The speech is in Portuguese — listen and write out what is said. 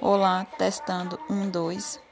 Olá, testando. Um, dois.